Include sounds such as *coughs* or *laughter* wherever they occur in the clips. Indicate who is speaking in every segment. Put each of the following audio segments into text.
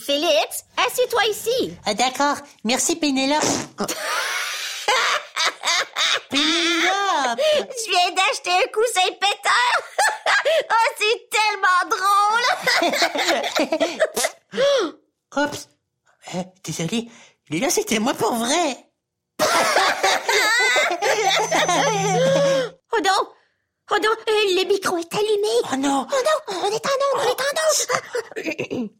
Speaker 1: Félix, assieds-toi ici.
Speaker 2: Ah, D'accord. Merci, Pénélope. *laughs* Pénélope!
Speaker 1: Je viens d'acheter un coussin péteur. *laughs* oh, c'est tellement drôle.
Speaker 2: Oups. Euh, désolé. Là, c'était moi pour vrai.
Speaker 1: Oh non. Oh non, euh, le micro est allumé.
Speaker 2: Oh non.
Speaker 1: Oh non, on est en onde, on est en onde.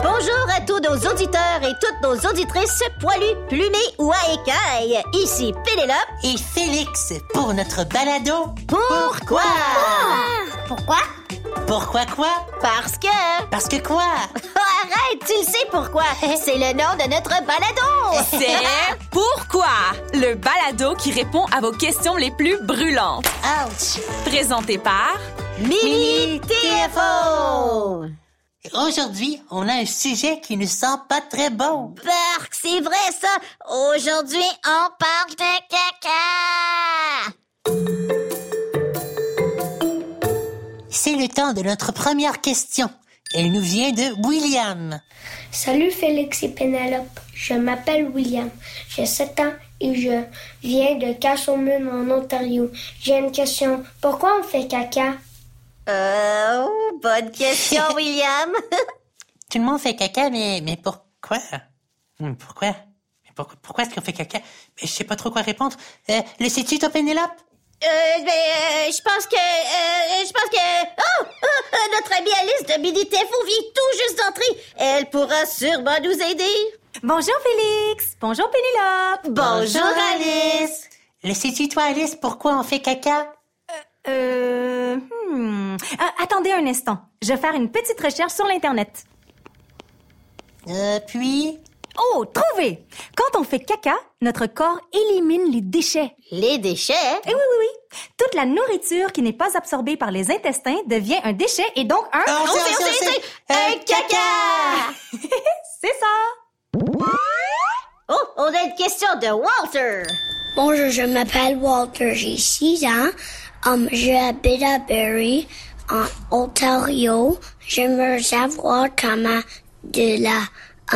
Speaker 1: *coughs* Bonjour à tous nos auditeurs et toutes nos auditrices poilues, plumées ou à écailles. Ici Pénélope.
Speaker 2: Et Félix, pour notre balado.
Speaker 1: Pourquoi? Pourquoi?
Speaker 2: Pourquoi quoi?
Speaker 1: Parce que... *laughs*
Speaker 2: Parce que quoi?
Speaker 1: Oh, arrête, tu le sais pourquoi. C'est le nom de notre balado.
Speaker 3: C'est Pourquoi? Le balado qui répond à vos questions les plus brûlantes.
Speaker 2: Ouch.
Speaker 3: Présenté par
Speaker 1: Mini TFO.
Speaker 2: Aujourd'hui, on a un sujet qui ne sent pas très bon.
Speaker 1: Bark, c'est vrai ça. Aujourd'hui, on parle de caca.
Speaker 2: C'est le temps de notre première question. Elle nous vient de William.
Speaker 4: Salut Félix et Pénélope, je m'appelle William, j'ai 7 ans et je viens de Castlemaine en Ontario. J'ai une question, pourquoi on fait caca
Speaker 1: Euh, bonne
Speaker 2: *laughs*
Speaker 1: question, William. *laughs* Euh,
Speaker 2: Tout le monde fait caca, mais, mais pourquoi? Hum, Pourquoi? Mais pourquoi, pourquoi est-ce qu'on fait caca? Mais je sais pas trop quoi répondre. Euh, le sais-tu, toi, Pénélope?
Speaker 1: Euh, ben, euh, je pense que, euh, je pense que, oh, oh, euh, notre amie Alice de Mini TFO vient tout juste d'entrer. Elle pourra sûrement nous aider.
Speaker 5: Bonjour Félix, bonjour Pénélope.
Speaker 1: Alice.
Speaker 2: Le sais-tu, toi, Alice, pourquoi on fait caca?
Speaker 5: Euh, hmm. Euh, attendez un instant, je vais faire une petite recherche sur l'internet.
Speaker 2: Euh, puis?
Speaker 5: Oh, trouvé. Quand on fait caca, notre corps élimine les déchets.
Speaker 1: Les déchets?
Speaker 5: Eh oui oui oui, toute la nourriture qui n'est pas absorbée par les intestins devient un déchet et donc un.
Speaker 2: Ah, on
Speaker 1: Oh,
Speaker 2: sait, on sait, on sait. Un caca.
Speaker 5: C'est ça.
Speaker 1: Oh, on a une question de Walter.
Speaker 4: Bonjour, je m'appelle Walter, j'ai 6 ans. Hum, je habite à Barrie, en Ontario. J'aimerais savoir comment de la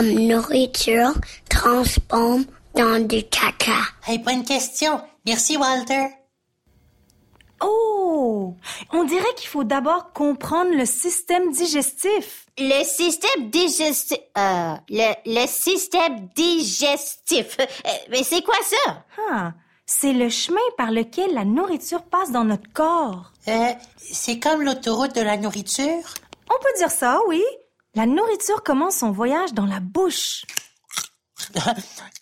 Speaker 4: hum, nourriture transforme dans du caca.
Speaker 2: Hey, bonne question. Merci, Walter.
Speaker 5: Oh, on dirait qu'il faut d'abord comprendre le système digestif.
Speaker 1: Le système digestif, euh, le, le système digestif. Euh, Mais c'est quoi ça?
Speaker 5: Ah, c'est le chemin par lequel la nourriture passe dans notre corps.
Speaker 2: Euh, c'est comme l'autoroute de la nourriture?
Speaker 5: On peut dire ça, oui. La nourriture commence son voyage dans la bouche.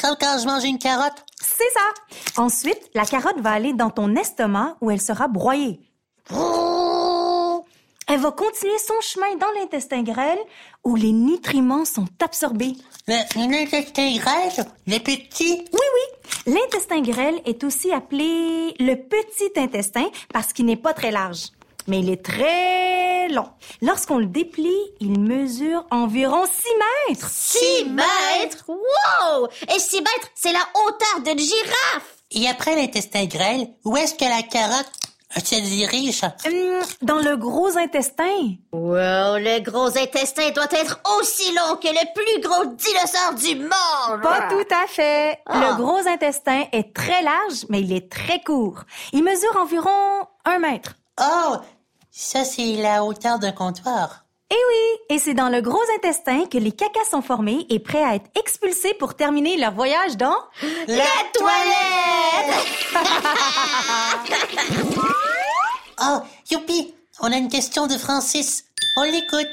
Speaker 2: comme quand je mange une carotte.
Speaker 5: C'est ça. Ensuite, la carotte va aller dans ton estomac où elle sera broyée. Elle va continuer son chemin dans l'intestin grêle où les nutriments sont absorbés.
Speaker 2: Le, l'intestin grêle, le petit.
Speaker 5: Oui, oui. L'intestin grêle est aussi appelé le petit intestin parce qu'il n'est pas très large. Mais il est très long. Lorsqu'on le déplie, il mesure environ 6 mètres.
Speaker 1: 6 mètres? Wow! Et 6 mètres, c'est la hauteur d'une girafe!
Speaker 2: Et après l'intestin grêle, où est-ce que la carotte se dirige?
Speaker 5: Hum, dans le gros intestin.
Speaker 1: Wow, le gros intestin doit être aussi long que le plus gros dinosaure du monde!
Speaker 5: Pas tout à fait.
Speaker 1: Ah.
Speaker 5: Le gros intestin est très large, mais il est très court. Il mesure environ un mètre.
Speaker 2: Oh, ça, c'est la hauteur d'un comptoir.
Speaker 5: Eh oui, et c'est dans le gros intestin que les cacas sont formés et prêts à être expulsés pour terminer leur voyage dans...
Speaker 1: La toilette!
Speaker 2: *laughs* Oh, youpi! On a une question de Francis. On l'écoute.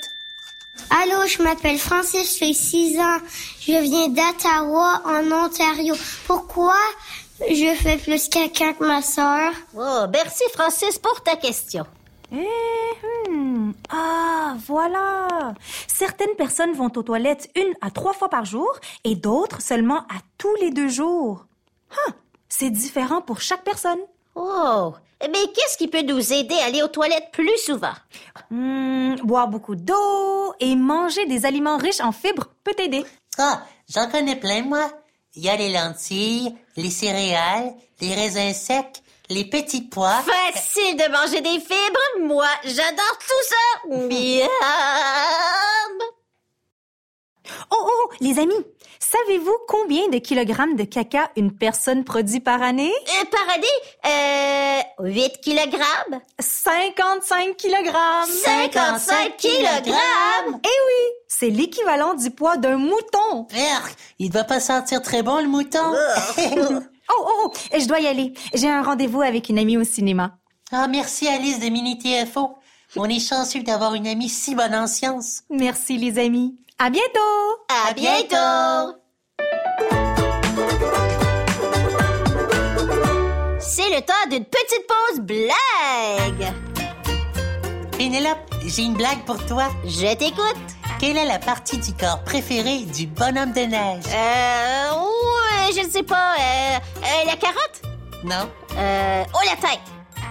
Speaker 4: Allô, je m'appelle Francis, j'ai 6 ans. Je viens d'Ottawa, en Ontario. Pourquoi je fais plus caca que ma sœur?
Speaker 1: Oh, merci Francis pour ta question.
Speaker 5: Eh, hmm. Ah, voilà. Certaines personnes vont aux toilettes une à trois fois par jour et d'autres seulement à tous les deux jours. Huh, c'est différent pour chaque personne.
Speaker 1: Oh, mais qu'est-ce qui peut nous aider à aller aux toilettes plus souvent?
Speaker 5: Hmm, boire beaucoup d'eau et manger des aliments riches en fibres peut aider.
Speaker 2: Ah, j'en connais plein, moi. Il y a les lentilles, les céréales, les raisins secs, les petits pois.
Speaker 1: Facile de manger
Speaker 5: *laughs*
Speaker 1: des fibres, moi j'adore tout ça. Miam!
Speaker 5: Oh, Les amis, savez-vous combien de kilogrammes de caca une personne produit par année?
Speaker 1: Euh, par année, euh, 8 kilogrammes.
Speaker 5: 55 kilogrammes!
Speaker 1: 55 kilogrammes!
Speaker 5: Eh oui! C'est l'équivalent du poids d'un mouton!
Speaker 2: Urgh, il va pas sentir très bon, le mouton.
Speaker 5: Oh, oh, oh! Je dois y aller. J'ai un rendez-vous avec une amie au cinéma.
Speaker 2: Ah, merci Alice de Mini TFO. On est chanceux d'avoir une amie si bonne en sciences.
Speaker 5: Merci, les amis. À bientôt!
Speaker 1: À bientôt! C'est le temps d'une petite pause blague.
Speaker 2: Pénélope, j'ai une blague pour toi.
Speaker 1: Je t'écoute.
Speaker 2: Quelle est la partie du corps préférée du bonhomme de neige?
Speaker 1: Euh, ouais, je ne sais pas. euh, euh, la carotte?
Speaker 2: Non,
Speaker 1: Euh, oh, la tête.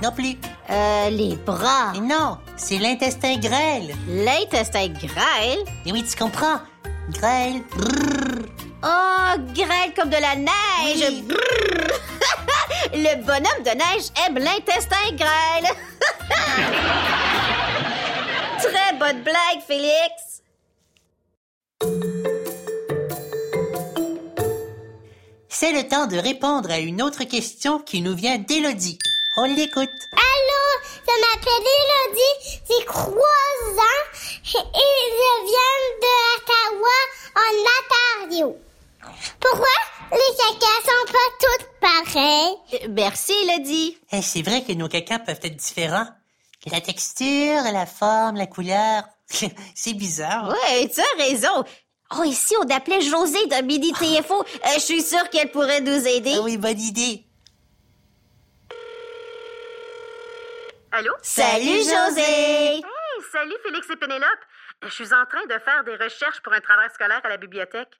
Speaker 2: non plus.
Speaker 1: Euh, les bras.
Speaker 2: Non, c'est l'intestin grêle.
Speaker 1: L'intestin grêle.
Speaker 2: Et oui, tu comprends. Grêle. brrr.
Speaker 1: Oh, grêle comme de la neige.
Speaker 2: Oui.
Speaker 1: Brrr. *laughs* le bonhomme de neige aime l'intestin grêle. *laughs* Très bonne blague, Félix.
Speaker 2: C'est le temps de répondre à une autre question qui nous vient d'Élodie. On l'écoute.
Speaker 6: Allô, je m'appelle Elodie, j'ai trois ans et je viens de Ottawa en Ontario. Pourquoi les cacas sont pas toutes pareilles?
Speaker 1: Euh, Merci, Elodie.
Speaker 2: Eh, c'est vrai que nos cacas peuvent être différents. La texture, la forme, la couleur. *laughs* c'est bizarre.
Speaker 1: Ouais, tu as raison. Oh, ici, on appelait Josée de Midi TFO. Euh, Je suis sûre qu'elle pourrait nous aider.
Speaker 2: Ah oui, bonne idée.
Speaker 7: Allô?
Speaker 1: Salut, Josée!
Speaker 7: Hey, salut Félix et Pénélope. Euh, Je suis en train de faire des recherches pour un travail scolaire à la bibliothèque.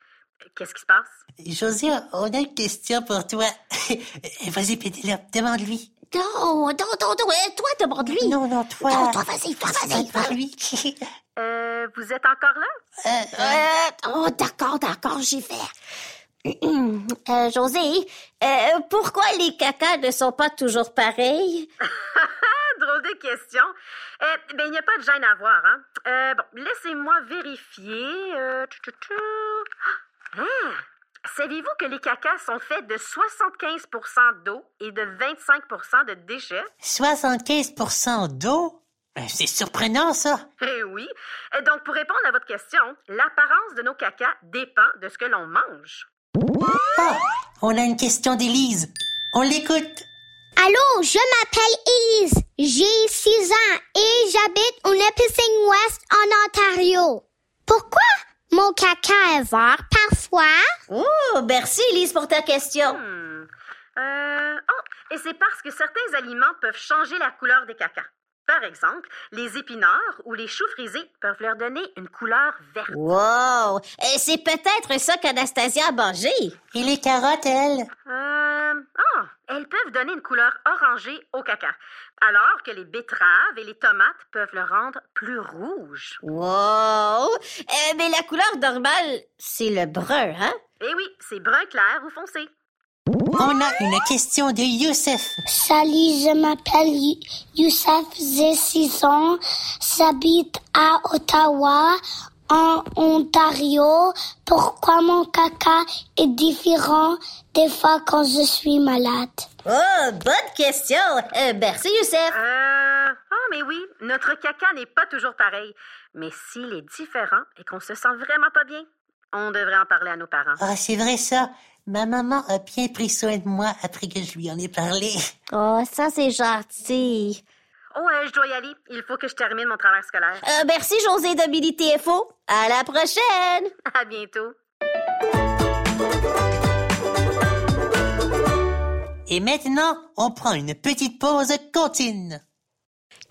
Speaker 7: Euh, Qu'est-ce qui se passe?
Speaker 2: José, on a une question pour toi. *laughs* Eh, Vas-y, Pénélope, demande-lui.
Speaker 1: Non, non, non, non, euh, toi, demande-lui.
Speaker 2: Non, non, toi.
Speaker 1: Non, toi, vas-y, toi, vas-y.
Speaker 2: Demande-lui. *laughs*
Speaker 7: Euh, vous êtes encore là? *laughs*
Speaker 2: Euh, euh,
Speaker 1: Euh, oh, d'accord, d'accord, j'y vais. *clears throat* Euh, Josée, euh, pourquoi les cacas ne sont pas toujours pareils?
Speaker 7: Drôle de question. Euh, ben, il n'y a pas de gêne à voir, hein? Euh, bon, laissez-moi vérifier. Euh, tchou, tchou, tchou. Hein? Savez-vous que les cacas sont faits de 75 d'eau et de 25 de déchets? *laughs*
Speaker 2: 75% d'eau? Ben, C'est surprenant, ça.
Speaker 7: Eh oui. Euh, Donc, pour répondre à votre question, l'apparence de nos cacas dépend de ce que l'on mange.
Speaker 2: Ah, on a une question d'Élise. On l'écoute.
Speaker 6: Allô, je m'appelle Elise, j'ai six ans et j'habite au Nipissing West en Ontario. Pourquoi mon caca est vert parfois?
Speaker 1: Oh, merci, Elise, pour ta question.
Speaker 7: Hmm. Euh, oh, et c'est parce que certains aliments peuvent changer la couleur des cacas. Par exemple, les épinards ou les choux frisés peuvent leur donner une couleur verte.
Speaker 1: Wow! Et c'est peut-être ça qu'Anastasia a mangé.
Speaker 2: Et les carottes, elles?
Speaker 7: Euh, ah, elles peuvent donner une couleur orangée au caca, alors que les betteraves et les tomates peuvent le rendre plus rouge.
Speaker 1: Wow! Euh, mais la couleur normale, c'est le brun, hein?
Speaker 7: Eh oui, c'est brun clair ou foncé.
Speaker 2: On a une question de Youssef.
Speaker 4: Salut, je m'appelle Yo- Youssef, j'ai 6 ans, j'habite à Ottawa, en Ontario. Pourquoi mon caca est différent des fois quand je suis malade?
Speaker 1: Oh, bonne question. Euh, merci, Youssef.
Speaker 7: Euh, ah, mais oui, notre caca n'est pas toujours pareil. Mais s'il est différent et qu'on se sent vraiment pas bien, on devrait en parler à nos parents.
Speaker 2: Ah, c'est vrai, ça. Ma maman a bien pris soin de moi après que je lui en ai parlé.
Speaker 1: Oh, ça, c'est gentil.
Speaker 7: Oh, euh, je dois y aller. Il faut que je termine mon travail scolaire. *laughs*
Speaker 1: Euh, merci, José de Midi TFO. À la prochaine.
Speaker 7: À bientôt.
Speaker 2: Et maintenant, on prend une petite pause cantine.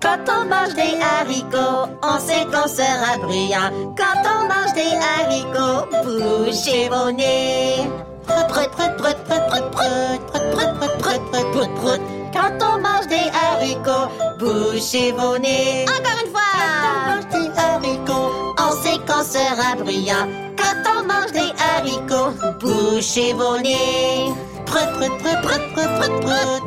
Speaker 1: Quand on mange des haricots, on sait qu'on sera brillant. Quand on mange des haricots, bouchez vos nez. Prout, prout, prout, prout, prout, prout, prout, prout, prout, prout, prout, prout, prout. Quand on mange des haricots, bouchez vos nez. Encore une fois. Quand on mange des haricots, on sait qu'on sera brillant. Quand on mange des haricots, bouchez vos nez. Prout, prout, prout, prout, prout, prout, prout,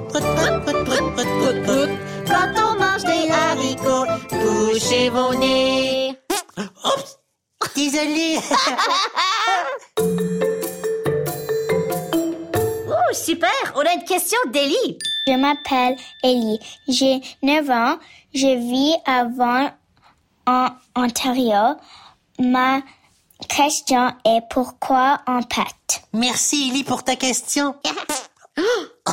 Speaker 1: prout, prout, prout, prout, prout, prout, prout. Quand on mange des haricots, bouchez vos nez.
Speaker 2: Oups! Désolé.
Speaker 1: Oh, super, on a une question d'Élie.
Speaker 4: Je m'appelle Ellie. J'ai 9 ans. Je vis à Vaughan, en Ontario. Ma question est pourquoi on pacte?
Speaker 2: Merci, Ellie, pour ta question. Oh,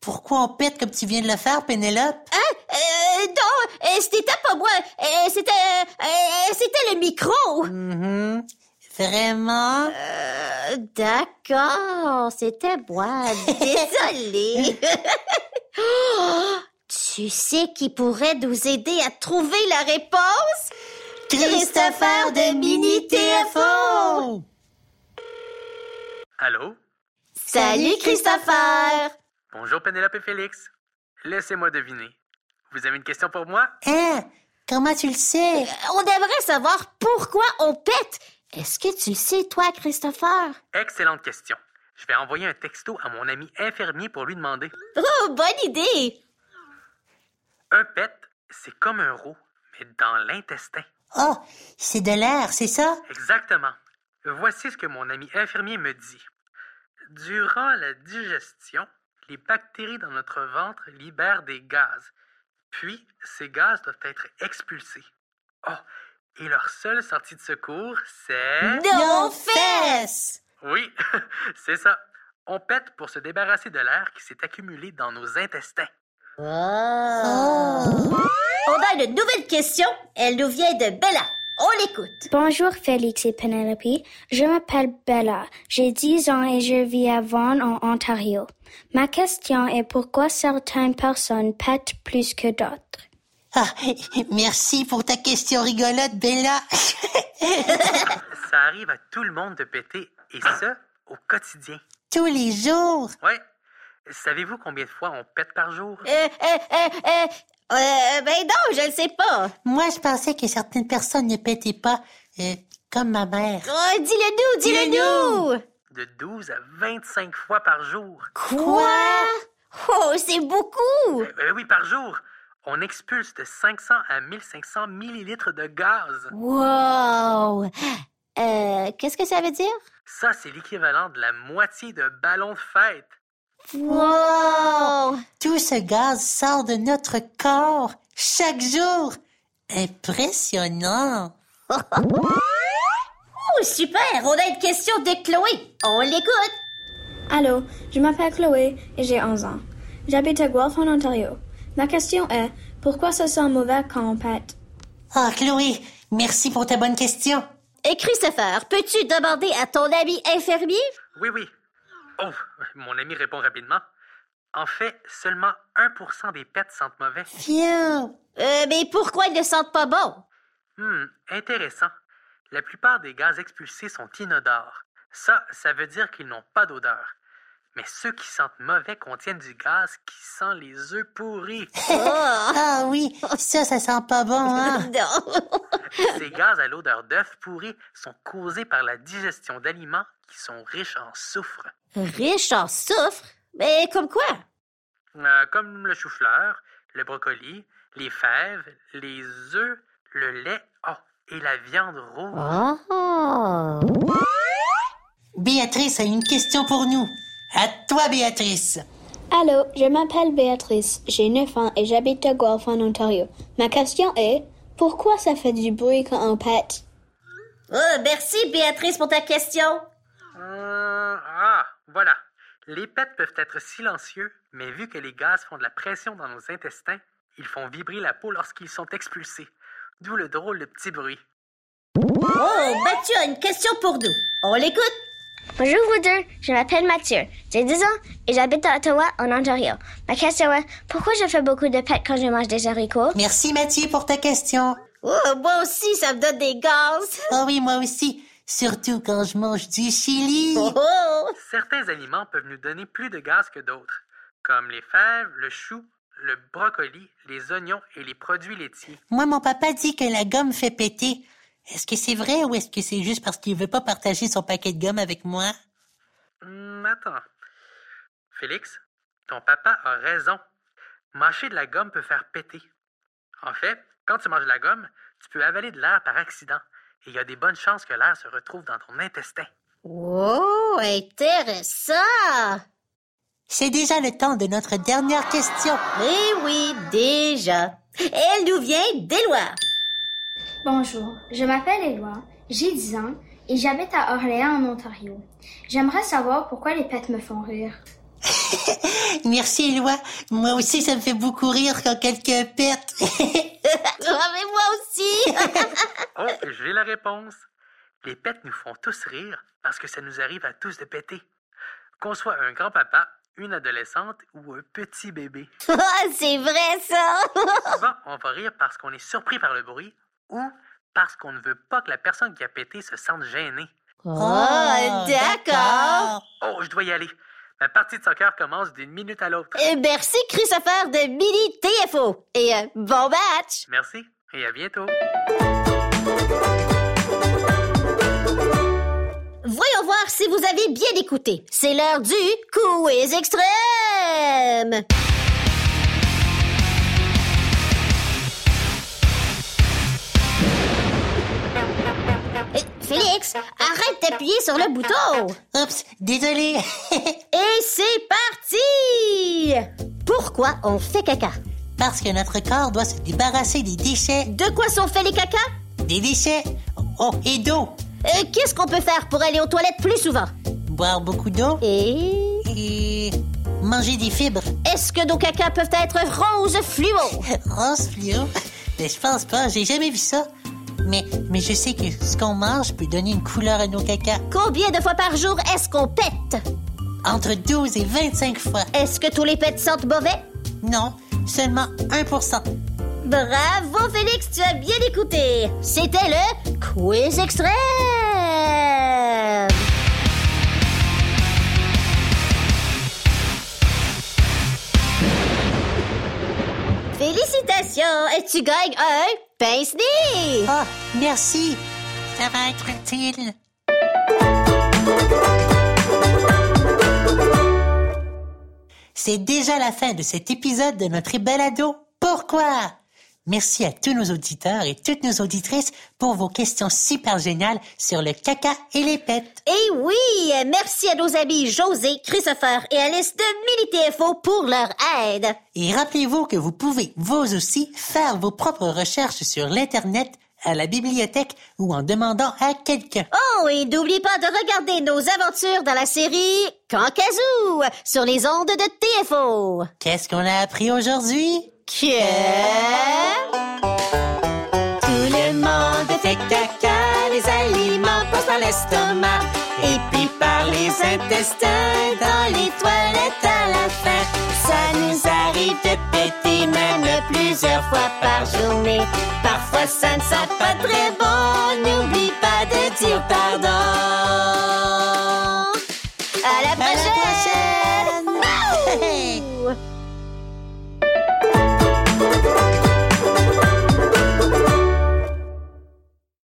Speaker 2: pourquoi on pète comme tu viens de le faire, Pénélope?
Speaker 1: Hein? Euh, non, euh, c'était pas moi, euh, c'était, euh, c'était le micro.
Speaker 2: Mhm. Vraiment?
Speaker 1: Euh, D'accord, c'était *laughs* moi. *gasps* Désolée. Oh, tu sais qui pourrait nous aider à trouver la réponse? Christopher de Mini TFO!
Speaker 8: Allô?
Speaker 1: Salut Christopher!
Speaker 8: Bonjour Pénélope et Félix. Laissez-moi deviner. Vous avez une question pour moi?
Speaker 2: Hein? Comment tu le sais?
Speaker 1: On aimerait savoir pourquoi on pète. Est-ce que tu le sais, toi, Christopher?
Speaker 8: Excellente question. Je vais envoyer un texto à mon ami infirmier pour lui demander.
Speaker 1: Oh, bonne idée!
Speaker 8: Un pet, c'est comme un roux, mais dans l'intestin.
Speaker 2: Oh, c'est de l'air, c'est ça?
Speaker 8: Exactement. Voici ce que mon ami infirmier me dit. Durant la digestion, les bactéries dans notre ventre libèrent des gaz. Puis, ces gaz doivent être expulsés. Oh, et leur seule sortie de secours, c'est...
Speaker 1: Nos fesses!
Speaker 8: Oui, *laughs* c'est ça. On pète pour se débarrasser de l'air qui s'est accumulé dans nos intestins.
Speaker 1: On a une nouvelle question. Elle nous vient de Bella. On l'écoute.
Speaker 4: Bonjour Félix et Penelope. Je m'appelle Bella. J'ai 10 ans et je vis à Vaughan, en Ontario. Ma question est pourquoi certaines personnes pètent plus que d'autres?
Speaker 2: Ah, *laughs* merci pour ta question rigolote, Bella. *laughs*
Speaker 8: Ça arrive à tout le monde de péter, et ce, au quotidien.
Speaker 2: Tous les jours.
Speaker 8: Ouais. Savez-vous combien de fois on pète par jour?
Speaker 1: Euh, euh, euh, euh, euh, ben non, je ne sais pas.
Speaker 2: Moi, je pensais que certaines personnes ne pétaient pas, euh, comme ma mère.
Speaker 1: Oh, dis-le nous, dis-le nous.
Speaker 8: De 12 à 25 fois par jour.
Speaker 1: Quoi? Oh, c'est beaucoup.
Speaker 8: Euh, oui, par jour. On expulse de 500 à 1500 millilitres de gaz.
Speaker 1: Wow. Euh, qu'est-ce que ça veut dire?
Speaker 8: Ça, c'est l'équivalent de la moitié d'un ballon de fête.
Speaker 1: Wow.
Speaker 2: Tout ce gaz sort de notre corps chaque jour. Impressionnant.
Speaker 1: Oh, super. On a une question de Chloé. On l'écoute.
Speaker 9: Allô, je m'appelle Chloé et j'ai 11 ans. J'habite à Guelph en Ontario. Ma question est, pourquoi ça sent mauvais quand on pète?
Speaker 2: Ah, Chloé, merci pour ta bonne question.
Speaker 1: Et Christopher, peux-tu demander à ton ami infirmier?
Speaker 8: Oui, oui. Oh, mon ami répond rapidement. En fait, seulement 1% des pets sentent mauvais.
Speaker 2: Phew.
Speaker 1: Euh, mais pourquoi ils ne sentent pas bon? *laughs*
Speaker 8: Hmm, intéressant. La plupart des gaz expulsés sont inodores. Ça, ça veut dire qu'ils n'ont pas d'odeur. Mais ceux qui sentent mauvais contiennent du gaz qui sent les œufs pourris.
Speaker 2: Ah oui, ça, ça sent pas bon,
Speaker 1: Ah. *laughs*
Speaker 2: hein?
Speaker 1: Oh, Non.
Speaker 8: Ces gaz à l'odeur d'œufs pourris sont causés par la digestion d'aliments qui sont riches en soufre.
Speaker 1: Riche en soufre? Mais comme quoi?
Speaker 8: Euh, comme le chou-fleur, le brocoli, les fèves, les œufs, le lait oh, et la viande rouge.
Speaker 1: Ah.
Speaker 2: Béatrice a une question pour nous. À toi, Béatrice.
Speaker 9: Allô, je m'appelle Béatrice, j'ai 9 ans et j'habite à Guelph en Ontario. Ma question est, pourquoi ça fait du bruit quand on pète?
Speaker 1: Oh, merci, Béatrice, pour ta question.
Speaker 8: Euh, ah, voilà. Les pets peuvent être silencieux, mais vu que les gaz font de la pression dans nos intestins, ils font vibrer la peau lorsqu'ils sont expulsés. D'où le drôle de petit bruit.
Speaker 1: Oh, Mathieu a une question pour nous. On l'écoute.
Speaker 4: Bonjour vous deux, je m'appelle Mathieu, j'ai 10 ans et j'habite à Ottawa en Ontario. Ma question est, pourquoi je fais beaucoup de pets quand je mange des haricots?
Speaker 2: Merci, Mathieu, pour ta question.
Speaker 1: Oh, moi aussi, ça me donne des gaz. *laughs*
Speaker 2: Ah oui, moi aussi. Surtout quand je mange du chili.
Speaker 1: Oh, oh.
Speaker 8: Certains aliments peuvent nous donner plus de gaz que d'autres, comme les fèves, le chou, le brocoli, les oignons et les produits laitiers.
Speaker 2: Moi, mon papa dit que la gomme fait péter. Est-ce que c'est vrai ou est-ce que c'est juste parce qu'il veut pas partager son paquet de gomme avec moi?
Speaker 8: Hmm, attends. Félix, ton papa a raison. Mâcher de la gomme peut faire péter. En fait, quand tu manges de la gomme, tu peux avaler de l'air par accident. et il y a des bonnes chances que l'air se retrouve dans ton intestin.
Speaker 1: Wow, oh, intéressant!
Speaker 2: C'est déjà le temps de notre dernière question.
Speaker 1: Eh oui, déjà. Elle nous vient d'Éloi.
Speaker 9: Bonjour, je m'appelle Éloi, j'ai 10 ans et j'habite à Orléans en Ontario. J'aimerais savoir pourquoi les pets me font rire.
Speaker 2: Merci, Éloi. Moi aussi, ça me fait beaucoup rire quand quelqu'un pète.
Speaker 1: Ah, mais moi aussi! *laughs*
Speaker 8: Oh, j'ai la réponse. Les pets nous font tous rire parce que ça nous arrive à tous de péter. Qu'on soit un grand-papa, une adolescente ou un petit bébé.
Speaker 1: Ah, c'est vrai, ça!
Speaker 8: Souvent, on va rire parce qu'on est surpris par le bruit ou parce qu'on ne veut pas que la personne qui a pété se sente gênée.
Speaker 2: *laughs*
Speaker 1: Ah, d'accord.
Speaker 8: Oh, je dois y aller. Ma partie de soccer commence d'une minute à l'autre.
Speaker 1: Euh, merci, Christopher de Billy TFO. Et euh, bon match!
Speaker 8: Merci et à bientôt.
Speaker 1: Voyons voir si vous avez bien écouté. C'est l'heure du quiz extrême. Euh, Félix, arrête d'appuyer sur le bouton.
Speaker 2: Oups, désolé.
Speaker 1: Et c'est parti. Pourquoi on fait caca
Speaker 2: Parce que notre corps doit se débarrasser des déchets.
Speaker 1: De quoi sont faits les cacas
Speaker 2: Des déchets. Oh, et d'eau.
Speaker 1: Euh, Qu'est-ce qu'on peut faire pour aller aux toilettes plus souvent
Speaker 2: Boire beaucoup d'eau
Speaker 1: Et
Speaker 2: et manger des fibres. *laughs*
Speaker 1: est-ce que nos cacas peuvent être roses fluo
Speaker 2: Rose fluo. Mais je pense pas, j'ai jamais vu ça. Mais, mais je sais que ce qu'on mange peut donner une couleur à nos cacas.
Speaker 1: Combien de fois par jour est-ce qu'on pète?
Speaker 2: Entre 12 et 25 fois.
Speaker 1: Est-ce que tous les pets sentent mauvais?
Speaker 2: Non, seulement 1%.
Speaker 1: Bravo Félix, tu as bien écouté. C'était le quiz extrême. Félicitations et tu gagnes un pince-nez.
Speaker 2: Ah, merci. Ça va être utile. C'est déjà la fin de cet épisode de notre balado. Pourquoi? Merci à tous nos auditeurs et toutes nos auditrices pour vos questions super géniales sur le caca et les pets.
Speaker 1: Et oui, merci à nos amis José, Christopher et Alice de Militfo pour leur aide.
Speaker 2: Et rappelez-vous que vous pouvez, vous aussi, faire vos propres recherches sur l'Internet, à la bibliothèque ou en demandant à quelqu'un.
Speaker 1: Oh, et n'oublie pas de regarder nos aventures dans la série Cancazou sur les ondes de TFO.
Speaker 2: Qu'est-ce qu'on a appris aujourd'hui?
Speaker 1: Que...
Speaker 2: Tout le monde fait caca, les aliments passent dans l'estomac et puis par les intestins dans les toilettes à la fin. Ça nous arrive de péter même plusieurs fois par journée. Parfois ça ne sent pas très bon, n'oublie pas de dire pardon.
Speaker 1: À la
Speaker 2: À la
Speaker 1: prochaine!
Speaker 2: prochaine.
Speaker 1: Wouh!